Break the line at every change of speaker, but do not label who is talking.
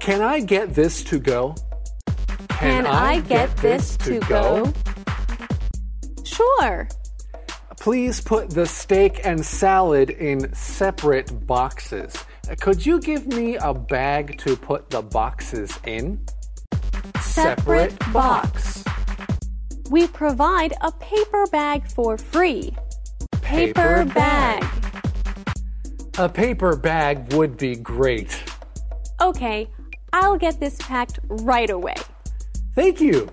Can I get this to go?
Can, I get, this to go? Sure.
Please put the steak and salad in separate boxes. Could you give me a bag to put the boxes in?
Separate box. We provide a paper bag for free. Paper bag.
A paper bag would be great.
Okay, I'll get this packed right away.
Thank you.